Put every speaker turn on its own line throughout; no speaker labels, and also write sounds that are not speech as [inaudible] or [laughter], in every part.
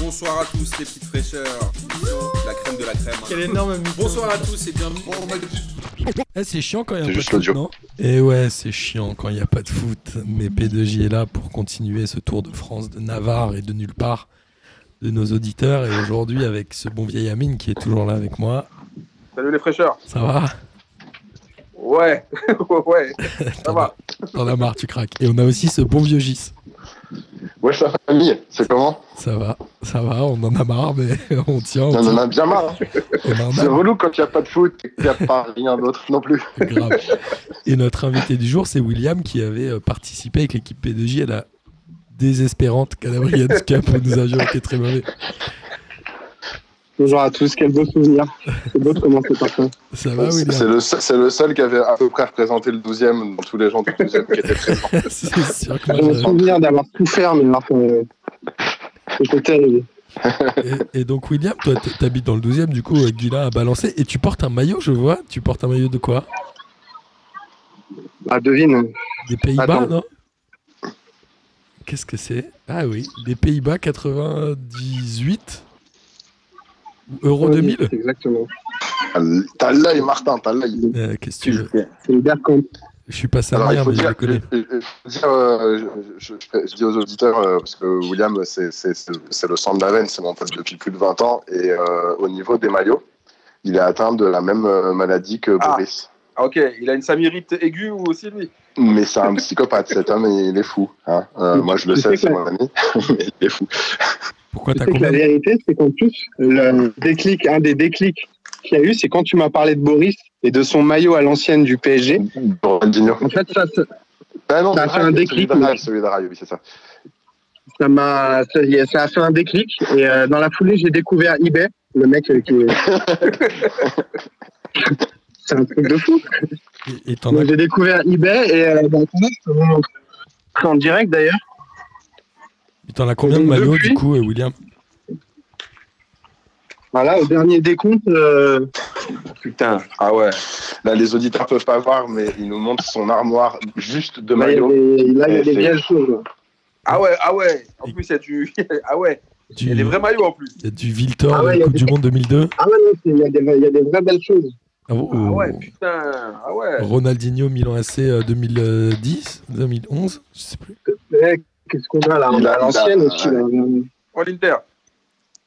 Bonsoir à tous les petites fraîcheurs. La crème de la crème. hein.
Quel énorme mytho.
Bonsoir à tous et bienvenue.
Eh, c'est chiant quand il n'y a
C'est
pas de
juste
foot,
l'audio.
non Eh ouais, c'est chiant quand il n'y a pas de foot. Mais P2J est là pour continuer ce tour de France de Navarre et de nulle part de nos auditeurs. Et aujourd'hui, avec ce bon vieil Amine qui est toujours là avec moi.
Salut les fraîcheurs.
Ça va
Ouais, [laughs] ouais.
T'en
va.
as- T'en as marre, tu craques. Et on a aussi ce bon vieux Gis.
Wesh la famille, c'est comment
Ça va, ça va, on en a marre, mais [laughs] on tient, on
On en
tient.
a bien marre.
On en a
C'est relou quand il n'y a pas de foot et qu'il n'y a pas [laughs] rien d'autre non plus.
Grave. Et notre invité du jour, c'est William qui avait euh, participé avec l'équipe P2J à la désespérante Calabrians Cup où nous avions été très mauvais.
Bonjour à tous, quel beau souvenir. C'est beau de commencer par ça.
Ça va,
C'est
William
le, seul- c'est le seul qui avait à peu près représenté le 12e dans tous les gens du 12e qui étaient présents.
[laughs] C'est sûr que
J'ai
moi,
le
j'avais-
souvenir d'avoir souffert, mais enfin, euh, c'était terrible.
et, et donc, William, toi, t- t'habites dans le 12 e du coup, euh, Guilain a balancé. Et tu portes un maillot, je vois. Tu portes un maillot de quoi
Ah, devine.
Des Pays-Bas,
Attends.
non Qu'est-ce que c'est Ah oui, des Pays-Bas 98 Ou Euro 2000
Exactement.
T'as l'œil, Martin, t'as l'œil.
Euh, Qu'est-ce que tu veux
C'est le Bergkamp.
Je suis pas sa
Alors, il
mère,
faut
mais je
dire,
le connais.
il- il- il faut dire, euh, je, je- je- je dis aux auditeurs, euh, parce que William, c'est c'est- c'est- c'est le sang de la veine, c'est mon pote depuis plus de 20 ans, et euh, au niveau des maillots, il est atteint de la même euh, maladie que
Ah.
Boris.
Ah, ok, il a une samirite aiguë ou aussi lui
Mais c'est un psychopathe, cet homme, il est fou. hein. Euh, moi, je le
Tu
sais,
sais
c'est
que-
mon ami, [laughs] mais il est fou.
Pourquoi
Tu
t'as
sais que la
combien
vérité, c'est qu'en plus, le déclic, un des déclics qu'il y a eu, c'est quand tu m'as parlé de Boris et de son maillot à l'ancienne du PSG.
Ronaldinho.
En fait, ça, ça-
Ah non,
Ça a fait un
celui
déclic,
de Rail,
mais-
celui de Rail, oui, c'est ça.
ça m'a, ça, y est, ça a fait un déclic. Et euh, dans la foulée, j'ai découvert eBay, le mec euh, qui.
[laughs]
c'est un truc de fou.
Et- Et t'en as
Donc, j'ai découvert eBay et euh, bah, attendez, je peux vous montrer en direct d'ailleurs.
et t'en as combien de
donc,
maillots
depuis-
du coup, euh, William
Voilà, au dernier décompte, euh,
Putain, ah ouais.
Là, les auditeurs peuvent pas voir, mais il nous montre son armoire juste de
là, bah, il y a
maillots.
des, là, il y a
Et
des
Eh, c'est-
vieilles choses. là.
Ah ouais, ah ouais. En plus, il y a du. [laughs] ah ouais,
du...
il y a des vrais maillots en plus.
il y a du Viltor
Ah
de
ouais, il y
la
a
Coupe
des-
du Monde 2002.
Ah ouais, non, c'est- il y, a des vraies- il y a des vraies belles choses.
Ah, oh,
Ah ouais,
oh.
putain, ah ouais.
Ronaldinho Milan AC euh, 2010, 2011, je sais plus.
Eh, Qu'est ce qu'on a là
Il
On a
a-
l'ancienne
il a-
aussi. Là.
Oh l'Inter.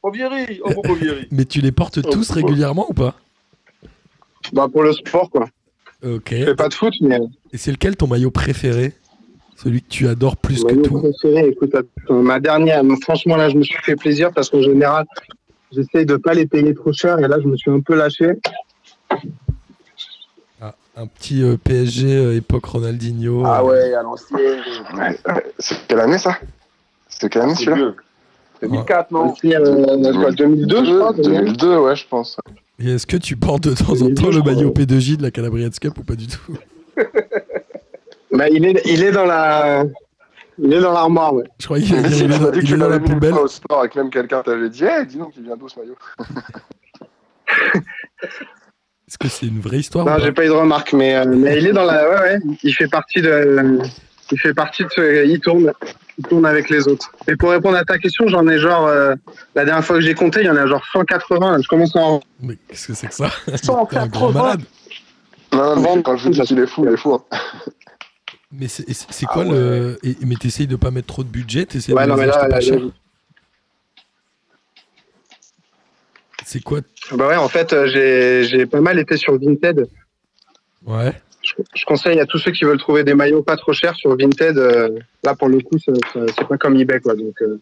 Oh Vieri, oh bon Vieri.
Mais tu les portes
Oh,
tous
oh.
régulièrement ou pas
Bah, pour le sport, quoi.
Ok.
Je fais
Et
pas de foot, mais
c'est lequel ton maillot préféré Celui que tu adores plus
mon
que
maillot
tout
préféré, écoute, attends, ma dernière, mais franchement, là, je me suis fait plaisir parce qu'en général, j'essaye de pas les payer trop cher et là, je me suis un peu lâché.
Ah, Un petit euh, PSG euh, époque
Oh.
Ronaldinho.
Ah
euh,
ouais, à l'ancienne.
Ouais, ouais. C'est quelle année, ça C'est quelle année,
C'est
celui-là
vieux. 2004,
Oh.
non
Aussi, euh, quoi, 2002, je crois.
2002, ouais, je pense.
Et est-ce que tu portes de temps en temps le maillot P2J de la Calabrians Cup ou pas du tout
Bah, il, est, il est dans la. Il est dans l'armoire, ouais.
Je croyais qu'il
[laughs]
Il,
est
m'a
dans-
dit que
il
tu
est dans la
l'avais mis une
poubelle.
fois au sport et que même quelqu'un t'avait dit Eh, dis donc, il vient d'où ce maillot
Est-ce que c'est une vraie histoire ou
Non,
pas
j'ai pas eu de remarque, mais, euh, mais il est dans la. Ouais, ouais. Il fait partie de. Il fait partie de. ce- Il tourne. Il tourne avec les autres. Et pour répondre à ta question, j'en ai genre. euh, la dernière fois que j'ai compté, il y en a genre 180. Je commence à en
Mais qu'est-ce que c'est que ça T'es [laughs] un grand malade.
Non, non, mais quand je vous dis qu'il est fou, il est fou. hein.
Mais c'est- c'est c'est quoi le. et- mais t'essayes de pas mettre trop de budget, t'essayes
Ah Ouais,
de
non,
les
mais là,
acheter pas
là,
cher. C'est quoi
Bah ouais, en fait, euh, j'ai j'ai pas mal été sur Vinted.
Ouais.
Je, je conseille à tous ceux qui veulent trouver des maillots pas trop chers sur Vinted. euh, là, pour le coup, ça- ça- c'est pas comme eBay, quoi. Donc, euh,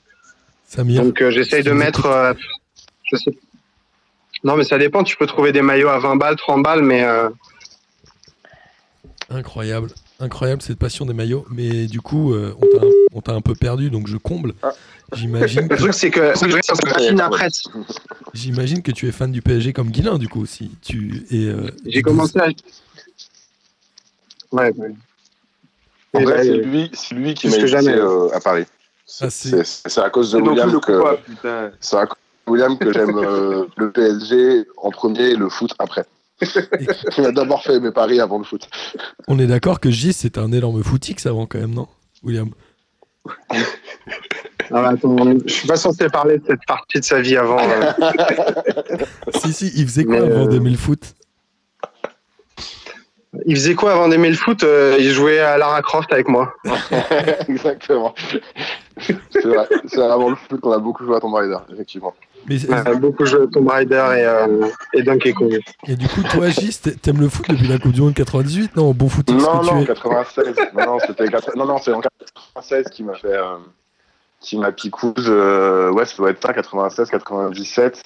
Samir,
donc euh, j'essaye de mettre. euh, je sais. Non, mais ça dépend. Tu peux trouver des maillots à 20 balles, 30 balles, mais euh,
incroyable. Incroyable cette passion des maillots. Mais du coup, euh, on t'a- on t'a un peu perdu, donc je comble. J'imagine
le
que,
truc, c'est
Euh,
que
Ouais.
machine à presse.
j'imagine que tu es fan du PSG comme Guilin, du coup, si tu. et, euh,
J'ai commencé à. Ouais, ouais.
En
Et
vrai,
là,
c'est
euh,
lui, c'est lui qui m'a
Plus que
initié
jamais.
euh, à Paris.
Ah,
C'est
c'est-
c'est- c'est à cause de
C'est donc lui
William
le
euh,
que
coupable, putain.
c'est à cause de William que j'aime euh, le PSG en premier et le foot
[laughs]
après. Il m'a d'abord fait mes paris avant le foot.
On est d'accord que Gis, c'était un énorme footix avant, quand même, non William
Ah bah, attends, on- je suis pas censé parler de cette partie de sa vie
[laughs]
avant. euh.
si, si, il faisait quoi
Mais,
avant
euh,
2000 foot
Il faisait quoi avant d'aimer le foot Euh, Il jouait à Lara Croft avec moi.
[laughs] Exactement. C'est vrai. C'est avant le foot qu'on a beaucoup joué à Tomb Raider, effectivement.
Mais c'est-
On a Euh, beaucoup joué à Tomb Raider et, euh, et Donkey Kong.
Et du coup, toi, Gis, t- t'aimes le foot depuis la Coupe du Monde 98 Non, bon foot,
Non,
que tu
non,
es.
96. non, non, c'était 80 non, non, c'est en 96 qui m'a fait. euh, qui m'a picouse. euh, ouais, ça doit être ça, 96, 97.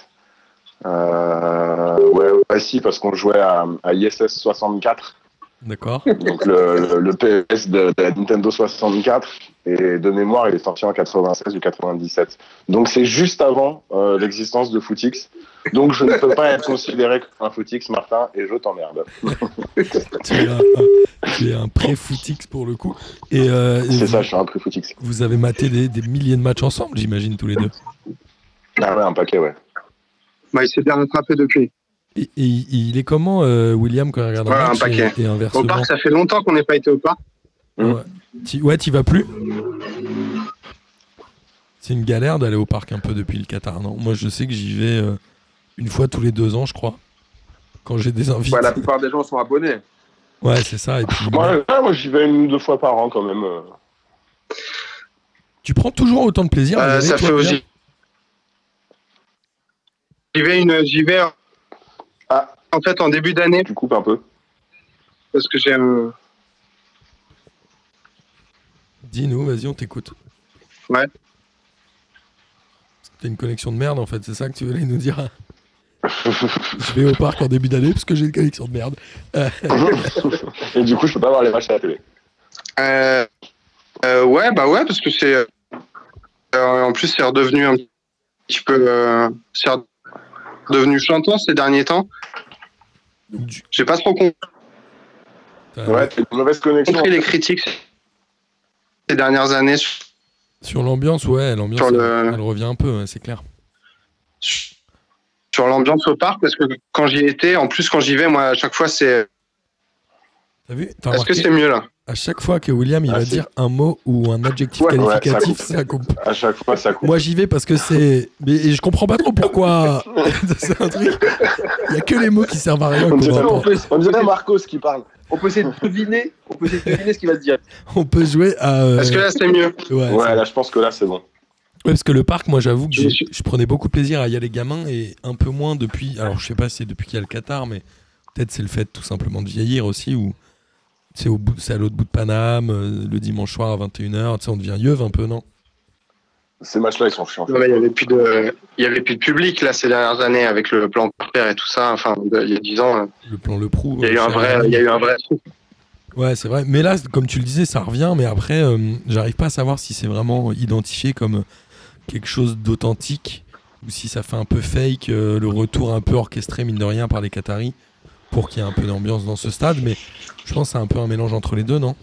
Euh, ouais, ouais, si, parce qu'on jouait à, à ISS 64,
D'accord.
donc le, le, le PS de, de la Nintendo 64, et de mémoire, il est sorti en 96 ou 97. Donc c'est juste avant euh, l'existence de Footix. Donc je ne peux pas être considéré comme un Footix, Martin, et je t'emmerde.
tu es un, tu es un pré-footix pour le coup. Et, euh, et
C'est
vous,
ça, je suis un prix Footix.
vous avez maté des, des milliers de matchs ensemble, j'imagine, tous les deux.
Ah ouais, un paquet, ouais.
Bah, il s'est bien rattrapé depuis.
Et, et il est comment, euh, William, quand il regarde un
Ouais, un
match
paquet.
et, et
Au
inversement
parc, ça fait longtemps qu'on n'est pas été au parc.
Tu- Ouais, t'y vas plus C'est une galère d'aller au parc un peu depuis le Qatar, non Moi, je sais que j'y vais euh, une fois tous les deux ans, je crois. Quand j'ai des invités.
Bah, la plupart des gens sont abonnés.
Ouais, c'est ça. Et puis,
Moi, ouais, moi, j'y vais une ou deux fois par an quand même. euh.
tu prends toujours autant de plaisir. à y
Euh,
aller,
ça
toi,
fait
Pierre
aussi. J'y vais, une, j'y vais en-
Ah.
en fait en début d'année
Tu coupes un [laughs] peu.
parce que j'ai un-
Dis-nous, vas-y, on t'écoute.
Ouais.
Parce que T'as une connexion de merde en fait, c'est ça que tu voulais nous dire [laughs] Je vais au parc en début d'année parce que j'ai une connexion de merde.
Et du coup, je peux pas voir les matchs à la télé.
Euh, euh, ouais, bah ouais, parce que c'est. euh, en plus, c'est redevenu un petit peu. euh, c'est redevenu chantant ces derniers temps.
Donc, du-
J'ai pas trop
t'as-
Ouais, t'as une mauvaise connexion.
compris les critiques ces dernières années sur,
Sur l'ambiance, ouais, l'ambiance
Sur
elle,
le-
elle revient un peu, ouais, c'est clair.
sur l'ambiance au parc, parce que quand j'y étais, en plus, quand j'y vais, moi, à chaque fois, c'est.
T'as vu T'as
Est-ce que
remarqué
c'est mieux là
À chaque fois que William il
Ah,
va
c'est-
dire un mot ou un adjectif
Ouais,
ouais, ça
qualificatif, ça coupe.
À chaque fois, ça coupe.
Moi j'y vais parce que c'est. Mais et je comprends pas trop
[laughs]
pourquoi. c'est un truc. Il y a que les mots qui servent à rien.
On
qu'on
Oh.
dirait,
apprend.
on, peut- on dirait Marcos qui parle.
On peut essayer de deviner, on peut essayer de deviner ce qu'il va te dire.
On peut jouer à. euh,
Est-ce que là, c'est mieux
ouais,
Ouais, là, je pense que là, c'est bon.
Ouais, parce que le parc, moi j'avoue que
Je
j'ai-
me
je,
suis-
prenais beaucoup de plaisir à y aller gamin et un peu moins depuis. Alors je sais pas si c'est depuis qu'il y a le Qatar, mais peut-être c'est le fait tout simplement de vieillir aussi ou c'est au bout, c'est à l'autre bout de Paname euh, le dimanche soir à 21h. Tu sais, on devient yeuve un peu, non
Ces matchs-là, ils sont chiants.
Non, mais Il n'y avait, plus de- il y avait plus de public là ces dernières années avec le plan père et tout ça. Enfin, de- il y a 10 ans, hein.
Le plan Le Prou.
il y a
euh,
eu un
c'est
vrai,
vrai.
il y a eu un vrai trou.
Ouais, c'est vrai. Mais là, comme tu le disais, ça revient. Mais après, euh, j'arrive pas à savoir si c'est vraiment identifié comme euh, quelque chose d'authentique ou si ça fait un peu fake, euh, le retour un peu orchestré, mine de rien, par les Qataris pour qu'il y ait un peu d'ambiance dans ce stade. Mais je pense que c'est un peu un mélange entre les deux, non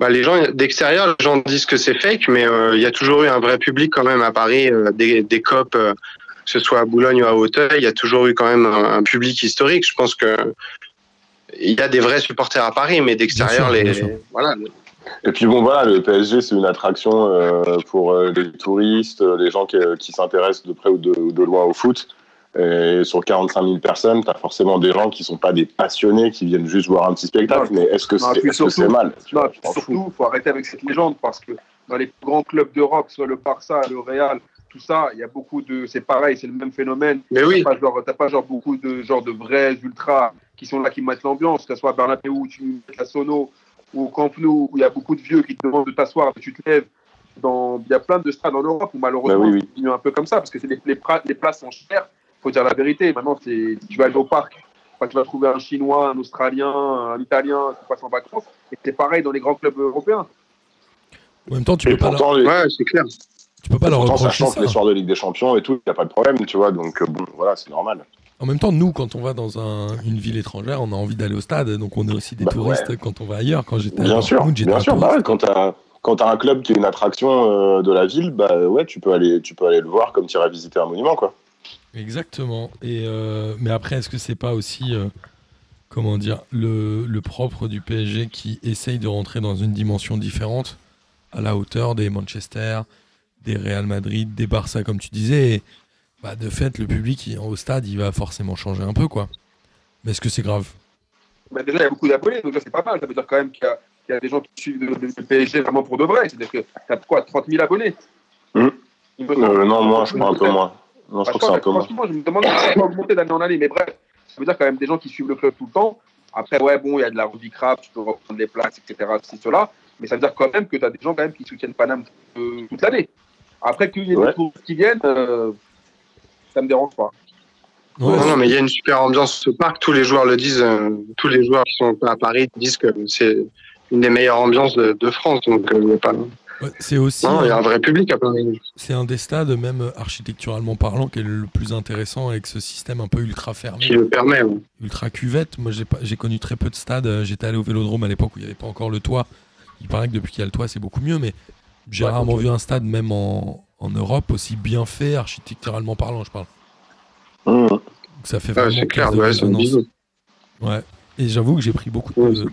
Bah, les gens d'extérieur, les gens disent que c'est fake, mais euh, il y a toujours eu un vrai public quand même à Paris, euh, des, des COP, euh, que ce soit à Boulogne ou à Hauteuil, il y a toujours eu quand même un, un public historique. Je pense que il y a des vrais supporters à Paris, mais d'extérieur,
Bien sûr,
les
bien
voilà,
Et puis bon, voilà, le PSG, c'est une attraction euh, pour euh, les touristes, euh, les gens qui, euh, qui s'intéressent de près ou de, ou de loin au foot. Et sur 45 000 personnes, t'as forcément des gens qui sont pas des passionnés, qui viennent juste voir un petit spectacle. mais est-ce que
Non,
c'est
puis
est -ce
surtout-
mal Tu
Non,
vois,
et
je
puis
m'en fous.
surtout, il faut arrêter avec cette légende parce que dans les plus grands clubs d'Europe, soit le Barça, le Real, tout ça, il y a beaucoup de. C'est pareil, c'est le même phénomène.
Mais oui,
T'as pas, genre- t'as pas genre beaucoup de, genre de vrais ultras qui sont là, qui mettent l'ambiance, que ce soit à Bernabeu où tu mets la sono, ou au Camp Nou, où il y a beaucoup de vieux qui te demandent de t'asseoir, que tu te lèves. Dans, il y a plein de stades en Europe où malheureusement,
Bah oui, oui.
c'est devenu un peu comme ça parce que c'est les, les, pra- les places sont chères. faut dire la vérité. Maintenant, c'est- tu vas aller au parc, enfin, tu vas trouver un Chinois, un Australien, un Italien qui passe en vacances. Et c'est pareil dans les grands clubs européens.
En même temps, tu
Et
peux pas, leur,
pourtant, les-
ouais, c'est clair.
tu peux pas leur
Pourtant,
reprocher
sachant que
ça. hein.
les soirs de Ligue des Champions et tout, il n'y a pas de problème, tu vois. Donc, euh, bon, voilà, c'est normal.
En même temps, nous, quand on va dans un- une ville étrangère, on a envie d'aller au stade. Donc, on est aussi des
Bah,
touristes quand on va ailleurs. Quand j'étais à
Bien sûr,
Dortmund, j'étais
bien
un
sûr. Bah
touriste.
ouais, quand t'as quand t'as un club qui est une attraction euh, de la ville, bah ouais, tu peux aller, tu peux aller le voir comme tu irais visiter un monument, quoi.
Exactement. Et euh, mais après, est-ce que c'est pas aussi euh, comment dire le, le propre du PSG qui essaye de rentrer dans une dimension différente à la hauteur des Manchester, des Real Madrid, des Barça, comme tu disais. Et, bah, de fait, le public il- au stade, il va forcément changer un peu, quoi. Mais est-ce que c'est grave
Bah, déjà, il y a beaucoup d'abonnés, donc ça, c'est pas mal. Ça veut dire quand même qu'il y a, qu'il y a des gens qui suivent le, le PSG vraiment pour de vrai. C'est-à-dire que t'as quoi, 30 000 abonnés
Mhm.
Il me semble.
Euh, non, moi, je crois un peu moins. Non, je
Bah,
trouve que c'est un peu moins.
Franchement, je me demande si ça va augmenter d'année en année, mais bref, ça veut dire quand même des gens qui suivent le club tout le temps. Après, ouais, bon, il y a de la revue craft, tu peux reprendre les places, etc., ceci, cela, mais ça veut dire quand même que tu as des gens quand même qui soutiennent Paname euh, toute l'année. Après qu'il y ait
Ouais.
des touristes qui viennent, euh, ça me dérange pas.
Non,
Non, non, mais il y a une super ambiance au parc. Tous les joueurs le disent. euh, tous les joueurs qui sont à Paris disent que c'est une des meilleures ambiances de, de France. Donc, euh, il y a pas...
ouais, c'est aussi
non, il y a
un-
un vrai public à Paris.
c'est un des stades, même euh, architecturalement parlant, qui est le plus intéressant avec ce système un peu ultra fermé.
qui le permet. ouais.
ultra cuvette. Moi, j'ai pas- j'ai connu très peu de stades. Euh, J'étais allé au Vélodrome à l'époque où il n'y avait pas encore le toit. Il paraît que depuis qu'il y a le toit, c'est beaucoup mieux. Mais j'ai
Ouais,
rarement
ok.
vu un stade, même en, en Europe, aussi bien fait architecturalement parlant. Je parle.
Mmh.
Donc, ça fait
Ah,
vraiment
c'est clair,
caisse de
ouais, c'est une
résonance.
vision.
Ouais. Et j'avoue que j'ai pris beaucoup
Ouais,
de.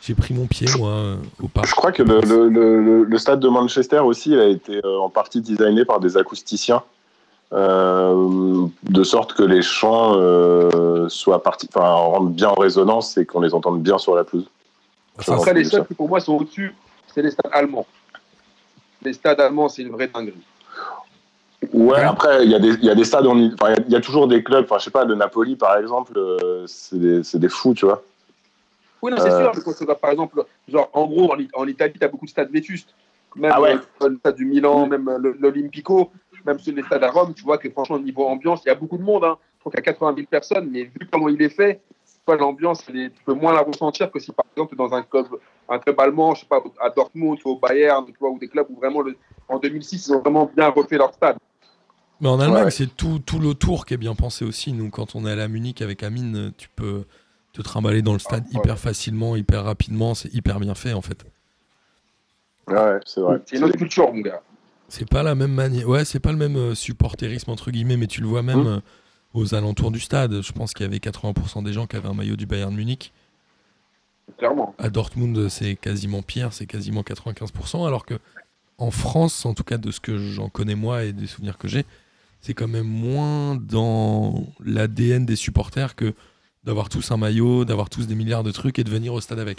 J'ai pris mon pied, moi, euh, au parc.
Je crois que le, le- le- le- le stade de Manchester aussi il a été euh, en partie designé par des acousticiens, euh, de sorte que les chants euh, soient partis, enfin, rentrent bien en résonance et qu'on les entende bien sur la pelouse.
Ça,
Non,
Après, les
c'est
seuls qui pour moi sont au-dessus, c'est les stades allemands. Les stades allemands, c'est une vraie dinguerie.
Ouais, après, il y, a des- il y a des stades, on y- enfin, il y, a- il y a toujours des clubs, enfin, je sais pas, le Napoli par exemple, euh, c'est des, c'est des fous, tu vois.
Oui, non, c'est
Euh.
sûr, parce que ça doit, par exemple, genre, en gros, en, I- en Italie, tu as beaucoup de stades vétustes. Même
Ah ouais. Mm.
euh, le stade du Milan, même euh, le- l'Olympico, même ceux des stades à Rome, tu vois que franchement, au niveau ambiance, il y a beaucoup de monde. Hein. Je crois qu'il y a 80 000 personnes, mais vu comment il est fait, tu vois, l'ambiance, elle est- tu peux moins la ressentir que si, par exemple, dans un club, un club allemand, je sais pas, à Dortmund, ou au Bayern, tu vois, ou des clubs où vraiment, le- en 2006, ils ont vraiment bien refait leur stade.
Mais en Allemagne,
Ouais.
c'est tout, tout le tour qui est bien pensé aussi. Nous, quand on est allé à Munich avec Amine, euh, tu peux te trimballer dans le stade
Ah, ouais.
hyper facilement, hyper rapidement. C'est hyper bien fait, en fait.
Ouais, c'est vrai.
C'est une autre culture, mon gars.
C'est pas la même manière. Ouais, c'est pas le même euh, supporterisme entre guillemets, mais tu le vois même euh, aux alentours du stade. Je pense qu'il y avait 80% des gens qui avaient un maillot du Bayern Munich.
Clairement.
À Dortmund, c'est quasiment pire, c'est quasiment 95%. Alors que en France, en tout cas de ce que j'en connais moi et des souvenirs que j'ai, c'est quand même moins dans l'ADN des supporters que d'avoir tous un maillot, d'avoir tous des milliards de trucs et de venir au stade avec.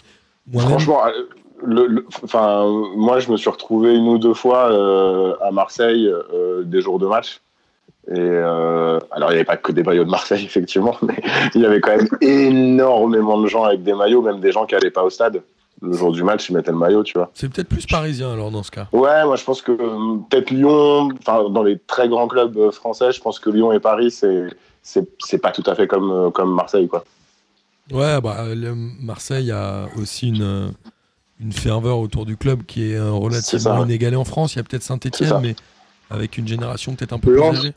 Moi-même,
Franchement, euh, le, le- enfin, euh, moi, je me suis retrouvé une ou deux fois euh, à Marseille euh, des jours de match. Et euh, alors, il n'y avait pas que des maillots de Marseille, [laughs] effectivement, mais il y avait quand même énormément de gens avec des maillots, même des gens qui n'allaient pas au stade. Le jour du match, ils mettaient le maillot, tu vois.
c'est peut-être plus parisien alors dans ce cas.
Ouais, moi, je pense que euh, peut-être Lyon, enfin, dans les très grands clubs euh, français, je pense que Lyon et Paris, c'est c'est c'est pas tout à fait comme euh, comme Marseille, quoi.
Ouais, bah, le Marseille a aussi une, une ferveur autour du club qui est euh,
C'est ça,
relativement
ouais.
inégalée en France. Il y a peut-être
C'est
Saint-Etienne,
ça.
mais avec une génération peut-être un peu plus
Lens.
âgée.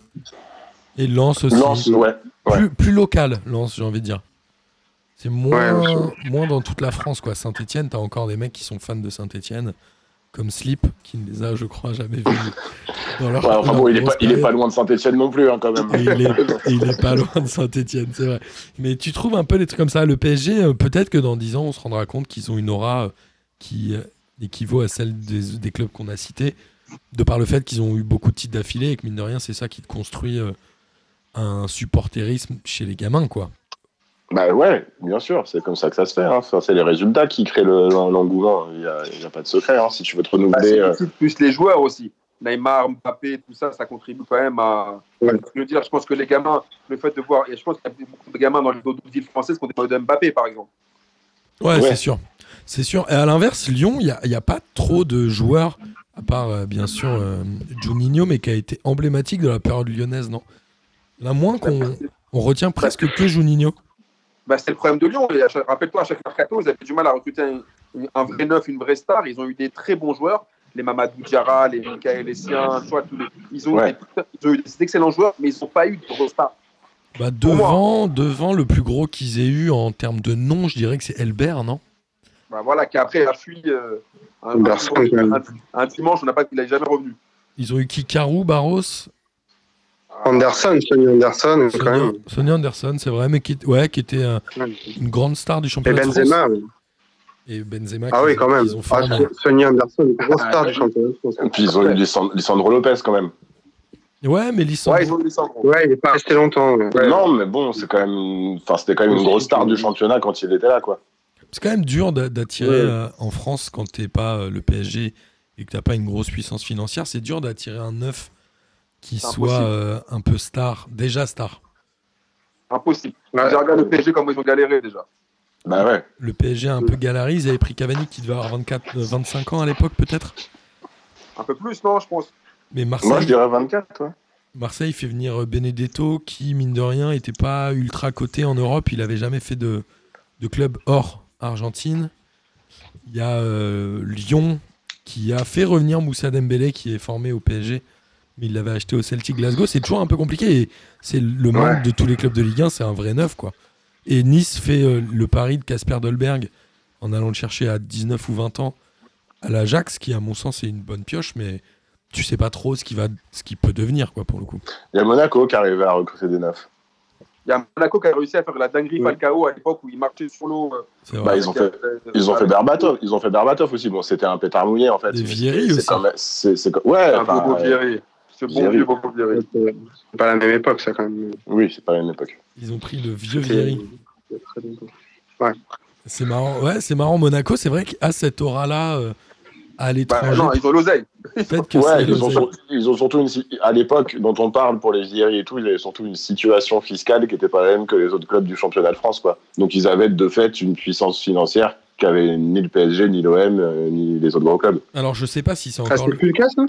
Et Lens aussi.
Lens, ouais. ouais.
Plus, plus local, Lens, j'ai envie de dire. C'est moins,
Ouais,
moins dans toute la France, quoi. Saint-Etienne, t'as encore des mecs qui sont fans de Saint-Etienne, comme Slip, qui ne les a, je crois, jamais vus dans leur,
Ouais, enfin
leur
bon, il est, pas,
grosse
il est pas
période.
loin de Saint-Etienne non plus, hein, quand
[laughs]
même.
Et il
[laughs]
est, et il est pas loin de Saint-Etienne, c'est vrai. Mais tu trouves un peu des trucs comme ça. Le PSG, euh, peut-être que dans 10 ans, on se rendra compte qu'ils ont une aura euh, qui euh, équivaut à celle des, des clubs qu'on a cités, de par le fait qu'ils ont eu beaucoup de titres d'affilée et que, mine de rien, c'est ça qui te construit euh, un supporterisme chez les gamins, quoi.
Bah ouais, bien sûr, c'est comme ça que ça se fait. hein. Enfin, c'est les résultats qui créent le- l'engouement. Il n'y a, il y a pas de secret. hein. Si tu veux te
Bah,
renouveler,
c'est
euh,
aussi plus les joueurs aussi. Neymar, Mbappé, tout ça, ça contribue quand même à.
Ouais.
Je veux dire, je pense que les gamins, le fait de voir, et je pense qu'il y a beaucoup de gamins dans les autres villes françaises qui ont des maillots de Mbappé, par exemple.
Ouais,
Ouais.
c'est sûr. C'est sûr. Et à l'inverse, Lyon, il n'y a, pas trop de joueurs, à part euh, bien sûr euh, Juninho, mais qui a été emblématique de la période lyonnaise, non La moins qu'on on retient presque que Juninho.
Bah, c'est le problème de Lyon. Et à chaque- Rappelle-toi, à chaque mercato, ils avaient du mal à recruter un, une- un vrai neuf, une vraie star. Ils ont eu des très bons joueurs, les Mamadou Diarra, les Michael Essien, tu vois, tous les- ils, ont eu
Ouais.
des- ils ont eu des excellents joueurs, mais ils n'ont pas eu de gros stars.
Bah,
Pour moi.
devant, devant le plus gros qu'ils aient eu en termes de nom, je dirais que c'est Elbert, non
Bah, voilà, qui après a fui euh, un,
Garçon, quand
un,
même.
un dimanche, on n'a pas, il n'est jamais revenu.
Ils ont eu Kikaru, Barros,
Ah.
Anderson, Sonny Anderson, quand
Sonny,
même.
Sonny Anderson, c'est vrai, mais qui, ouais, qui était euh, une grande star du
Et
championnat de France.
Benzema, ouais.
et Benzema
Ah
qu'ils-
oui, quand même.
qu'ils ont
Ah,
formé.
Sonny Anderson, grosse
Ah,
star
ouais.
du championnat. je pense.
Et puis ils ont eu Lissan- Lisandro Lopez quand même.
Ouais, mais Lisandro,
ils ont des centres.
Ouais, il n'est pas resté longtemps. ouais.
Ouais.
Non, mais bon, c'est quand même, enfin, c'était quand même une grosse star du championnat quand il était là, quoi.
c'est quand même dur d'a- d'attirer
Ouais.
euh, en France quand t'es pas euh, le PSG et que t'as pas une grosse puissance financière. C'est dur d'attirer un neuf qui
C'est
soit
impossible.
euh, un peu star, déjà star.
Impossible.
Euh,
Ouais.
Ah, J'ai regardé le PSG comme ils ont galéré déjà.
Bah ouais.
Le PSG a un peu galarisé. Ils avaient pris Cavani qui devait avoir 24, euh, 25 ans à l'époque peut-être.
Un peu plus, non, je pense.
Mais
Moi, je
Marseille,
dirais 24, toi.
Marseille fait venir euh, Benedetto qui, mine de rien, était pas ultra coté en Europe. Il avait jamais fait de, de club hors Argentine. Il y a euh, Lyon qui a fait revenir Moussa Dembélé qui est formé au PSG. Mais il l'avait acheté au Celtic Glasgow. C'est toujours un peu compliqué. et C'est le manque de tous les clubs de Ligue 1. C'est un vrai neuf, quoi. Et Nice fait euh, le pari de Casper Dolberg en allant le chercher à 19 ou 20 ans à l'Ajax, qui à mon sens est une bonne pioche, mais tu sais pas trop ce qui va, ce qui peut devenir, quoi, pour le coup.
Il y a Monaco qui arrivait à recruter des neufs.
Il y a Monaco qui a réussi à faire la dinguerie
Ouais.
Falcao à l'époque où il marchait sur l'eau. euh,
C'est
Bah,
vrai.
ils ont fait,
avec, euh,
ils ont fait
avec-
Berbatov. Ils ont fait Berbatov aussi. Bon, c'était un pétard mouillé, en fait.
Des
Mais
Vieri
c'est-
aussi.
C'est quand même, c'est, c'est, quand- ouais,
Un
enfin,
Bobo
euh,
Vieri. Ce bon
Vieri.
vieux Bobo Vieri.
C'est pas la même époque, ça, quand même.
oui, c'est pas la même époque.
Ils ont pris le vieux Vieri.
C'est- c'est très longtemps.
C'est marrant. Ouais, c'est marrant. Monaco, c'est vrai qu'à cette aura-là, euh, à
Bah,
l'étranger,
non, ils ont l'oseille.
peut-être que
Ouais,
c'est
ils ont,
l'oseille.
sur- ils ont surtout une, si- à l'époque dont on parle pour les Vieri et tout, ils avaient surtout une situation fiscale qui était pas la même que les autres clubs du championnat de France, quoi. Donc ils avaient de fait une puissance financière qu'avait ni le PSG, ni l'OM, euh, ni les autres grands clubs.
Alors, je sais pas si c'est
Ah,
encore
c'est
le.
plus le cas, ça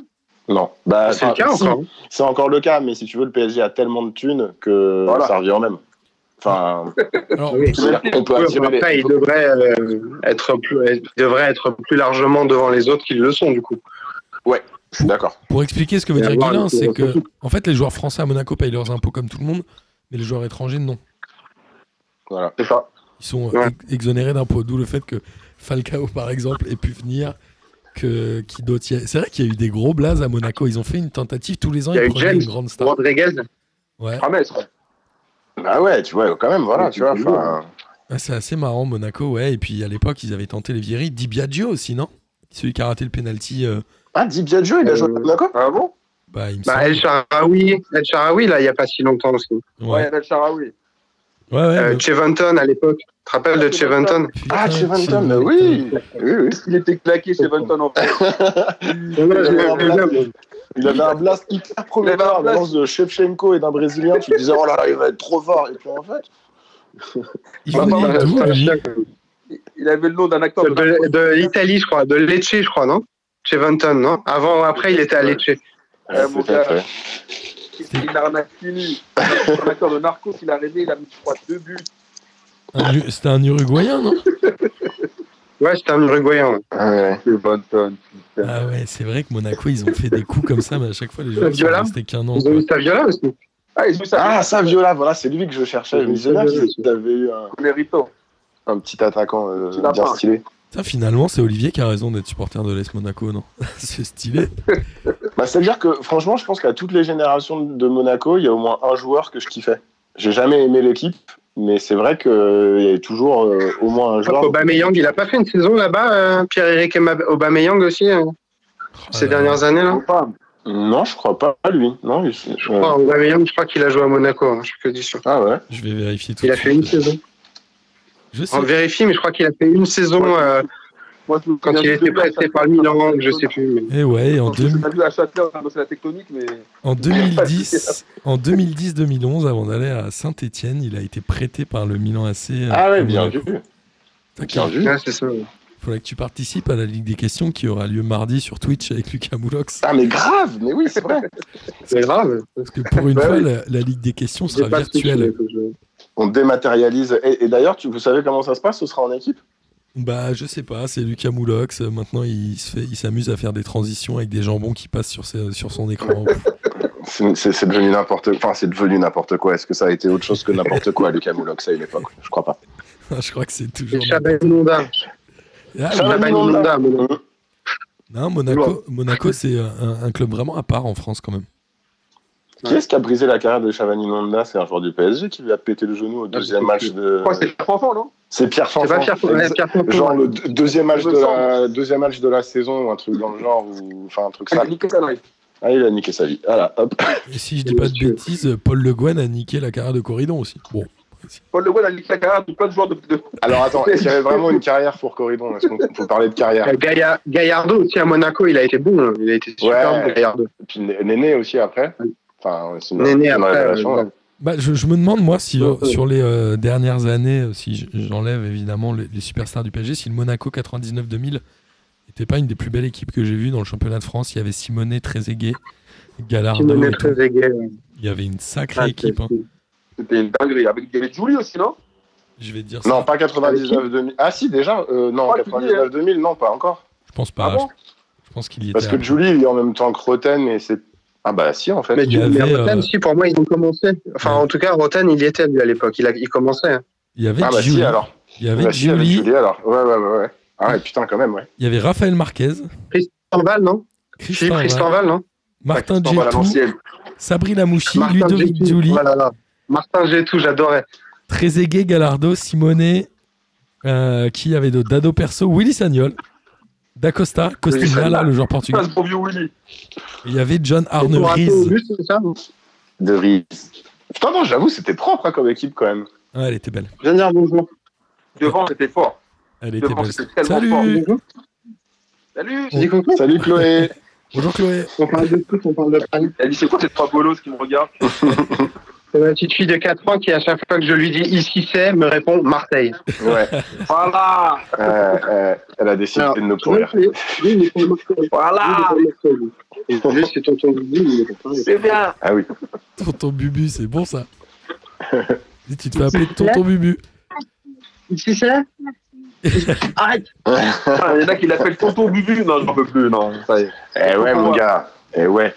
Non. Bah,
Ah, C'est le
enfin,
cas
si,
encore. hein.
C'est encore le cas, mais si tu veux, le PSG a tellement de thunes que
Voilà.
ça revient en même. Enfin,
[laughs]
Alors,
Oui.
c'est-à-dire qu'on peut
Ouais,
attirer
enfin, après,
les...
il devrait, euh, être plus, il devrait être plus largement devant les autres qu'ils le sont, du coup.
Je suis d'accord.
Pour expliquer ce que veut
Et
dire
avoir
Guilin,
les-
c'est
les
que, en fait, les joueurs français à Monaco payent leurs impôts comme tout le monde, mais les joueurs étrangers, non.
Voilà.
C'est ça.
Ils sont euh,
Ouais.
ex- exonérés d'impôts, d'où le fait que Falcao, par exemple, ait pu venir. Que, qui d'autre Il y a- C'est vrai qu'il y a eu des gros blazes à Monaco. Ils ont fait une tentative tous les ans.
Il y a
Ils
eu
prenaient
James.
une grande star.
Rodriguez,
Ouais.
Rames, ouais.
Bah ouais, tu vois, quand même, voilà,
Ouais,
tu vois.
c'est
enfin,
Ah, c'est assez marrant, Monaco. Ouais. Et puis à l'époque, ils avaient tenté les Vieri. Di Biagio aussi, non Celui qui a raté le penalty. euh,
Ah, Di Biagio, il a joué à
Euh,
Monaco
Ah bon
bah, il me
bah,
semble.
El Sharawi, El Sharawi, là, il n'y a pas si longtemps aussi.
Ouais,
Ouais,
El Sharawi.
ouais, ouais,
Euh,
mais-
Cheventon, à l'époque. Tu te rappelles de Cheventon
Putain,
Ah, Cheventon,
Cheventon.
bah oui, oui, oui.
Il était claqué chez Benton en fait.
Non, non, je l'ai- je l'ai- moi.
Il avait un blast hyper
Il avait
prometteur
un
à la lance de Shevchenko et d'un Brésilien. Tu te disais, oh là là, il va être trop fort. Et puis en fait,
Il
Ah,
venait
bah,
d'où,
bah,
lui
Il avait le nom d'un acteur.
De, de- de l'Italie, je crois. De Lecce, je crois, non Cheventon, non Avant ou après, il était à Lecce.
Ouais,
euh,
mon
peut-être,
gars.
ouais.
Il arnaque fini. C'est Un acteur de Narcos, il a rêvé, il a mis, je crois, deux buts.
Un U- C'était un
[laughs]
Uruguayen, non
Ouais, c'était un Uruguayen. ouais.
Ouais, Ah ouais.
Chez Benton.
Ah ouais, c'est vrai que Monaco, ils ont fait des coups comme ça, mais à chaque fois, les joueurs ils sont
Viola
restés qu'un an.
Ils ont
quoi.
eu Saviola aussi.
Ah, ils ont eu ça.
Ah, Saviola, voilà, c'est lui que je cherchais. Je me disais, merde, il avait eu un,
Ah, méritant.
un petit attaquant euh,
Petit lapin.
bien stylé.
Ça, finalement, c'est Olivier qui a raison d'être supporter de l'Est Monaco, non [laughs] C'est stylé.
Bah, C'est-à-dire que, franchement, je pense qu'à toutes les générations de Monaco, il y a au moins un joueur que je kiffais. J'ai jamais aimé l'équipe, mais c'est vrai qu'il y avait toujours euh, au moins un joueur.
Aubameyang, il a pas fait une saison là-bas, euh, Pierre-Éric Emma- Aubameyang aussi, euh, ces
Ah,
dernières années
hein
là.
Non, je crois pas à lui. Non, il- je-
Je crois, Aubameyang, je crois qu'il a joué à Monaco, hein, je suis quasi sûr.
Ah ouais.
Je vais vérifier tout
Il a
de
fait
suite.
une [laughs] saison.
Je sais.
On vérifie, mais je crois qu'il a fait une saison euh,
Moi, je me
quand
souviens
il a
de
été
deux buts à
prêté
Châtelain,
par le Milan, je sais plus. mais-
Eh ouais,
Je
en,
me
deux-
souviens de lui à Châtelain, on a bossé la tectonique, mais
en 2010, en 2010-2011, avant d'aller à Saint-Etienne, il a été prêté par le Milan AC. euh,
Ah ouais,
à
bien
Monaco.
vu.
T'inquiète,
Bien vu.
Ouais, c'est ça.
faudrait que tu participes à la Ligue des questions qui aura lieu mardi sur Twitch avec Lucas Moulox.
Ah mais grave, mais oui, c'est vrai.
C'est grave.
Parce que pour une
Bah
fois,
oui.
la, la Ligue des questions
J'ai
sera
pas
virtuelle.
switché, je-
On dématérialise. Et, et d'ailleurs, tu, vous savez comment ça se passe Ce sera en équipe
Bah, je sais pas, c'est Lucas Moulox. euh, Maintenant, il se fait- il s'amuse à faire des transitions avec des jambons qui passent sur, ses- sur son écran. [laughs]
C'est c'est- c'est devenu n'importe quoi. Enfin, c'est devenu n'importe quoi. Est-ce que ça a été autre chose que n'importe quoi, Lucas Moulox, à une époque Je crois pas.
je crois que c'est toujours.
Chabat Inonda.
Ah, oui.
Chabat-
Chabat Inonda, Monaco.
Non, Monaco, Monaco c'est euh, un, un club vraiment à part en France quand même.
Qui est-ce qui a brisé la carrière de Chavani Nanda C'est un joueur du PSG qui lui a pété le genou au deuxième match de.
je crois que c'est le enfant, non
C'est Pierre
C'est pas
Fanfan.
Pierre, ouais, Pierre Pompon.
Genre le deux- deuxième match,
Je me
de la, deuxième match de la saison, ou un truc dans le genre, ou enfin un truc
Il a
sale.
niqué sa life.
Ah, il a niqué sa vie. Voilà, hop.
Et si je dis pas de
Monsieur.
bêtises, Paul Le Guen a niqué la carrière de Corridon aussi. Bon,
Paul Le Guen a niqué la carrière de plein de joueurs de. de-
Alors attends, est-ce qu'il y avait vraiment une carrière pour Corridon Est-ce qu'on faut parler de carrière
Euh, Gaillard- Gaillardo aussi à Monaco, il a été bon. hein. Il a été super
Ouais.
bon, Gaillardo.
Et puis Néné aussi après Enfin, c'est une,
Néné
une
après,
révélation,
euh,
là.
Bah, je, je me demande, moi, si euh,
Bah, Ouais.
sur les euh, dernières années, euh, si j- j'enlève évidemment les, les superstars du PSG, si le Monaco 99-2000 n'était pas une des plus belles équipes que j'ai vues dans le championnat de France. Il y avait Simonet, Trezeguet,
Tu
Gallardo.
me mets
et tout.
très hein. aigué.
Il y avait une
Ah,
sacrée équipe. hein.
C'était une dinguerie. Avec, il y avait Julie aussi, non
Je vais te dire ça.
Non, pas 99-2000. Ah si, déjà euh, Non,
Ah, tu dis,
99-2000, non, pas encore.
Je pense pas.
Ah bon
je, je pense qu'il y était.
Parce que
avant.
Julie, il est en même temps que Roten, et c'est... Ah bah si, en fait.
Mais
Il
du
y
mais
avait,
Roten,
euh,
si, pour moi, ils ont commencé. Enfin,
Ouais.
en tout cas, Roten, il y était, lui, à l'époque. Il, a- il commençait. hein.
Il y avait
Ah bah
Julie,
si, alors.
il y avait
Bah si, avec
Julie,
Julie, alors. Ouais, ouais, ouais. ouais. Ah ouais, putain, quand même, ouais.
il y avait Raphaël Marquez,
Cristobal, non
Christian,
Philippe
Vall,
Cristobal, non
Martin
Christian Vall à
Djetou,
l'ancienne.
Sabri Lamouchi,
Martin
Ludovic
Gétou.
Julie,
Oh là là. Martin Gétou, j'adorais.
Trezeguet, Gallardo, Simonet, euh, qui y avait d'autres Dado Perso, Willy Sagnol, D'Acosta, Costinha,
Sagnol.
le joueur
Putain,
portugais.
ce bon vieux Willy.
Il y avait John
C'est
Arne
pour un peu au
Riz.
bus, c'est ça
De Riz. Putain, non, j'avoue, c'était propre hein, comme équipe, quand [laughs] même.
Ah, elle était belle.
Viens dire bonjour.
Devant, c'était fort.
Elle était
Devant,
belle.
c'était tellement fort.
Salut
Bonjour.
Salut
Tu dis coucou
Oh.
Salut, Chloé.
Bonjour Chloé.
On parle de foot, on parle de Paris.
Elle dit, c'est quoi ces trois bolos qui me regardent
C'est ma petite fille de 4 ans qui, à chaque fois que je lui dis ici c'est, me répond Marseille.
ouais.
Voilà
Euh, euh, elle a décidé
Alors,
de nous pourrir.
Oui, il est pour Marseille.
Voilà
Oui, il est pour Marseille. Et lui, c'est tonton Guigui, il est pour Paris.
C'est bien
Ah oui.
Tonton Bubu, c'est bon ça. Dis, tu te fais appeler Tonton Bubu.
Ici c'est Arrête
Ah, Il y en a qui l'appellent Tonton Bubu. Non, j'en peux plus, non. Ça y est.
Eh ouais, mon gars. Eh ouais.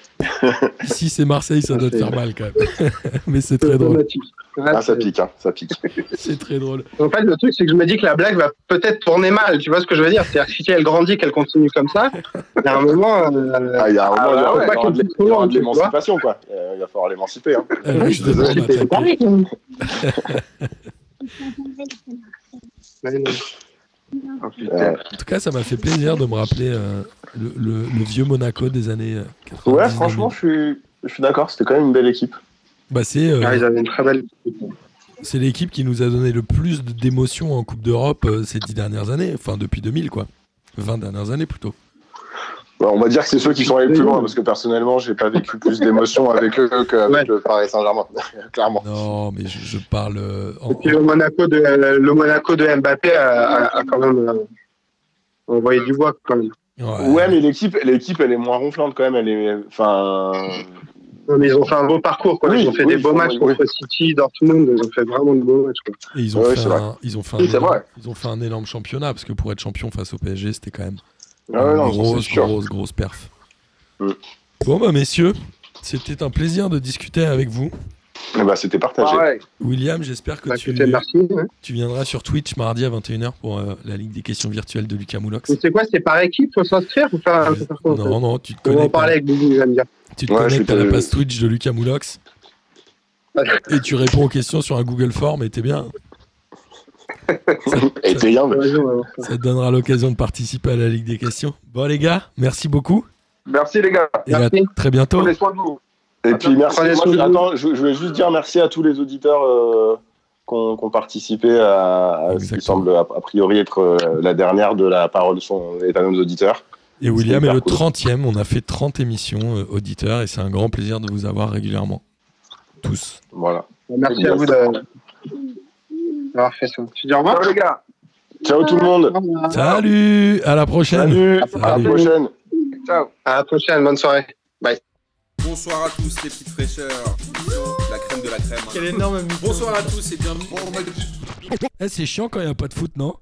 Ici, c'est Marseille, ça doit te faire mal quand même. [laughs] Mais c'est très drôle.
Automatique.
Ah, ça pique, hein. Ça pique.
C'est très drôle.
En fait, le truc, c'est que je me dis que la blague va peut-être tourner mal. Tu vois ce que je veux dire C'est-à-dire que si elle grandit, qu'elle continue comme ça, il y a un moment. euh,
Ah, il y a un moment,
bah
il y aura-
ouais,
il y aura de l'é-
tu
il y aura de
vois.
l'émancipation, quoi. Euh, Il va falloir l'émanciper, hein.
Euh, oui, je te demande à ta-
ouais, non.
Ah,
Euh,
En tout cas, ça m'a fait plaisir de me rappeler euh, le, le- le vieux Monaco des années euh, 90.
Ouais, franchement, je suis, je suis d'accord, c'était quand même une belle équipe.
Bah, c'est euh,
Ah, ils avaient une très belle.
c'est l'équipe qui nous a donné le plus de- d'émotions en Coupe d'Europe euh, ces dix dernières années. Enfin, depuis 2000, quoi. 20 dernières années plutôt.
Bah, on va dire que c'est ceux qui sont allés le plus loin, parce que personnellement, j'ai pas vécu plus d'émotions avec eux qu'avec
Ouais.
le Paris Saint-Germain, [laughs] clairement.
Non, mais je, je parle. euh, en-
Et puis le Monaco de, le Monaco de Mbappé a, a- a quand même euh, envoyé du bois. Quand même.
en-
Ouais, mais l'équipe, l'équipe, elle est moins ronflante quand même. Elle est, enfin,
Non, mais ils ont fait un beau parcours. Quoi.
Oui,
ils ont fait
oui,
des beaux
oui,
matchs
oui.
contre City, Dortmund. Ils ont fait vraiment de beaux matchs. Quoi.
Et ils ont,
Ouais,
fait
c'est
un, ils, ont fait un
Oui, c'est
énorme,
vrai.
ils ont fait un énorme championnat parce que pour être champion face au PSG, c'était quand même
ah ouais,
une
non, c'est
grosse,
sûr.
grosse, grosse perf.
Mm.
Bon, bah, messieurs, c'était un plaisir de discuter avec vous.
Eh ben, c'était partagé.
Pareil.
William, j'espère que
Ah Bah,
tu,
écoutez, merci. hein.
tu viendras sur Twitch mardi à 21h pour euh, la Ligue des questions virtuelles de Lucas Moulox. Euh,
Mais C'est quoi C'est par équipe Faut s'inscrire ou
Ah,
faire, faut faire quoi, en fait
Non, non, tu te
On va en
connectes, à,
parler avec Guigui, il va me dire.
tu te
Ouais, je
connectes
suis
à la
pas-
passe Twitch de Lucas Moulox et tu réponds aux questions sur un Google Form et t'es bien.
Et t'es bien, mais-
Ouais, on va voir.
Ça te donnera l'occasion de participer à la Ligue des questions. Bon, les gars, merci beaucoup
Merci, les gars.
et à
Merci.
très bientôt.
Prenez soin de vous.
Et puis merci.
Prenez
moi,
soin de
je-
vous.
attends, je, je voulais juste dire merci à tous les auditeurs euh, qui ont qui ont participé à, à ce qui
Exactement.
semble a, a priori être euh, la dernière de la parole son est à nos auditeurs.
Et William est
hyper
le
cool.
30e. On a fait 30 émissions euh, auditeurs et c'est un grand plaisir de vous avoir régulièrement. Tous.
Voilà.
Merci à vous de- d'avoir fait ça. Tu dis au revoir
Ciao, les gars.
Ciao tout le monde.
Au revoir.
Salut À la prochaine
Salut. À la
Salut.
prochaine.
Ciao.
À la prochaine. Bonne soirée.
Bonsoir à tous les petites fraîcheurs. La crème de la crème.
énorme
Bonsoir à tous et bienvenue.
Eh, C'est chiant quand il n'y a pas de foot, non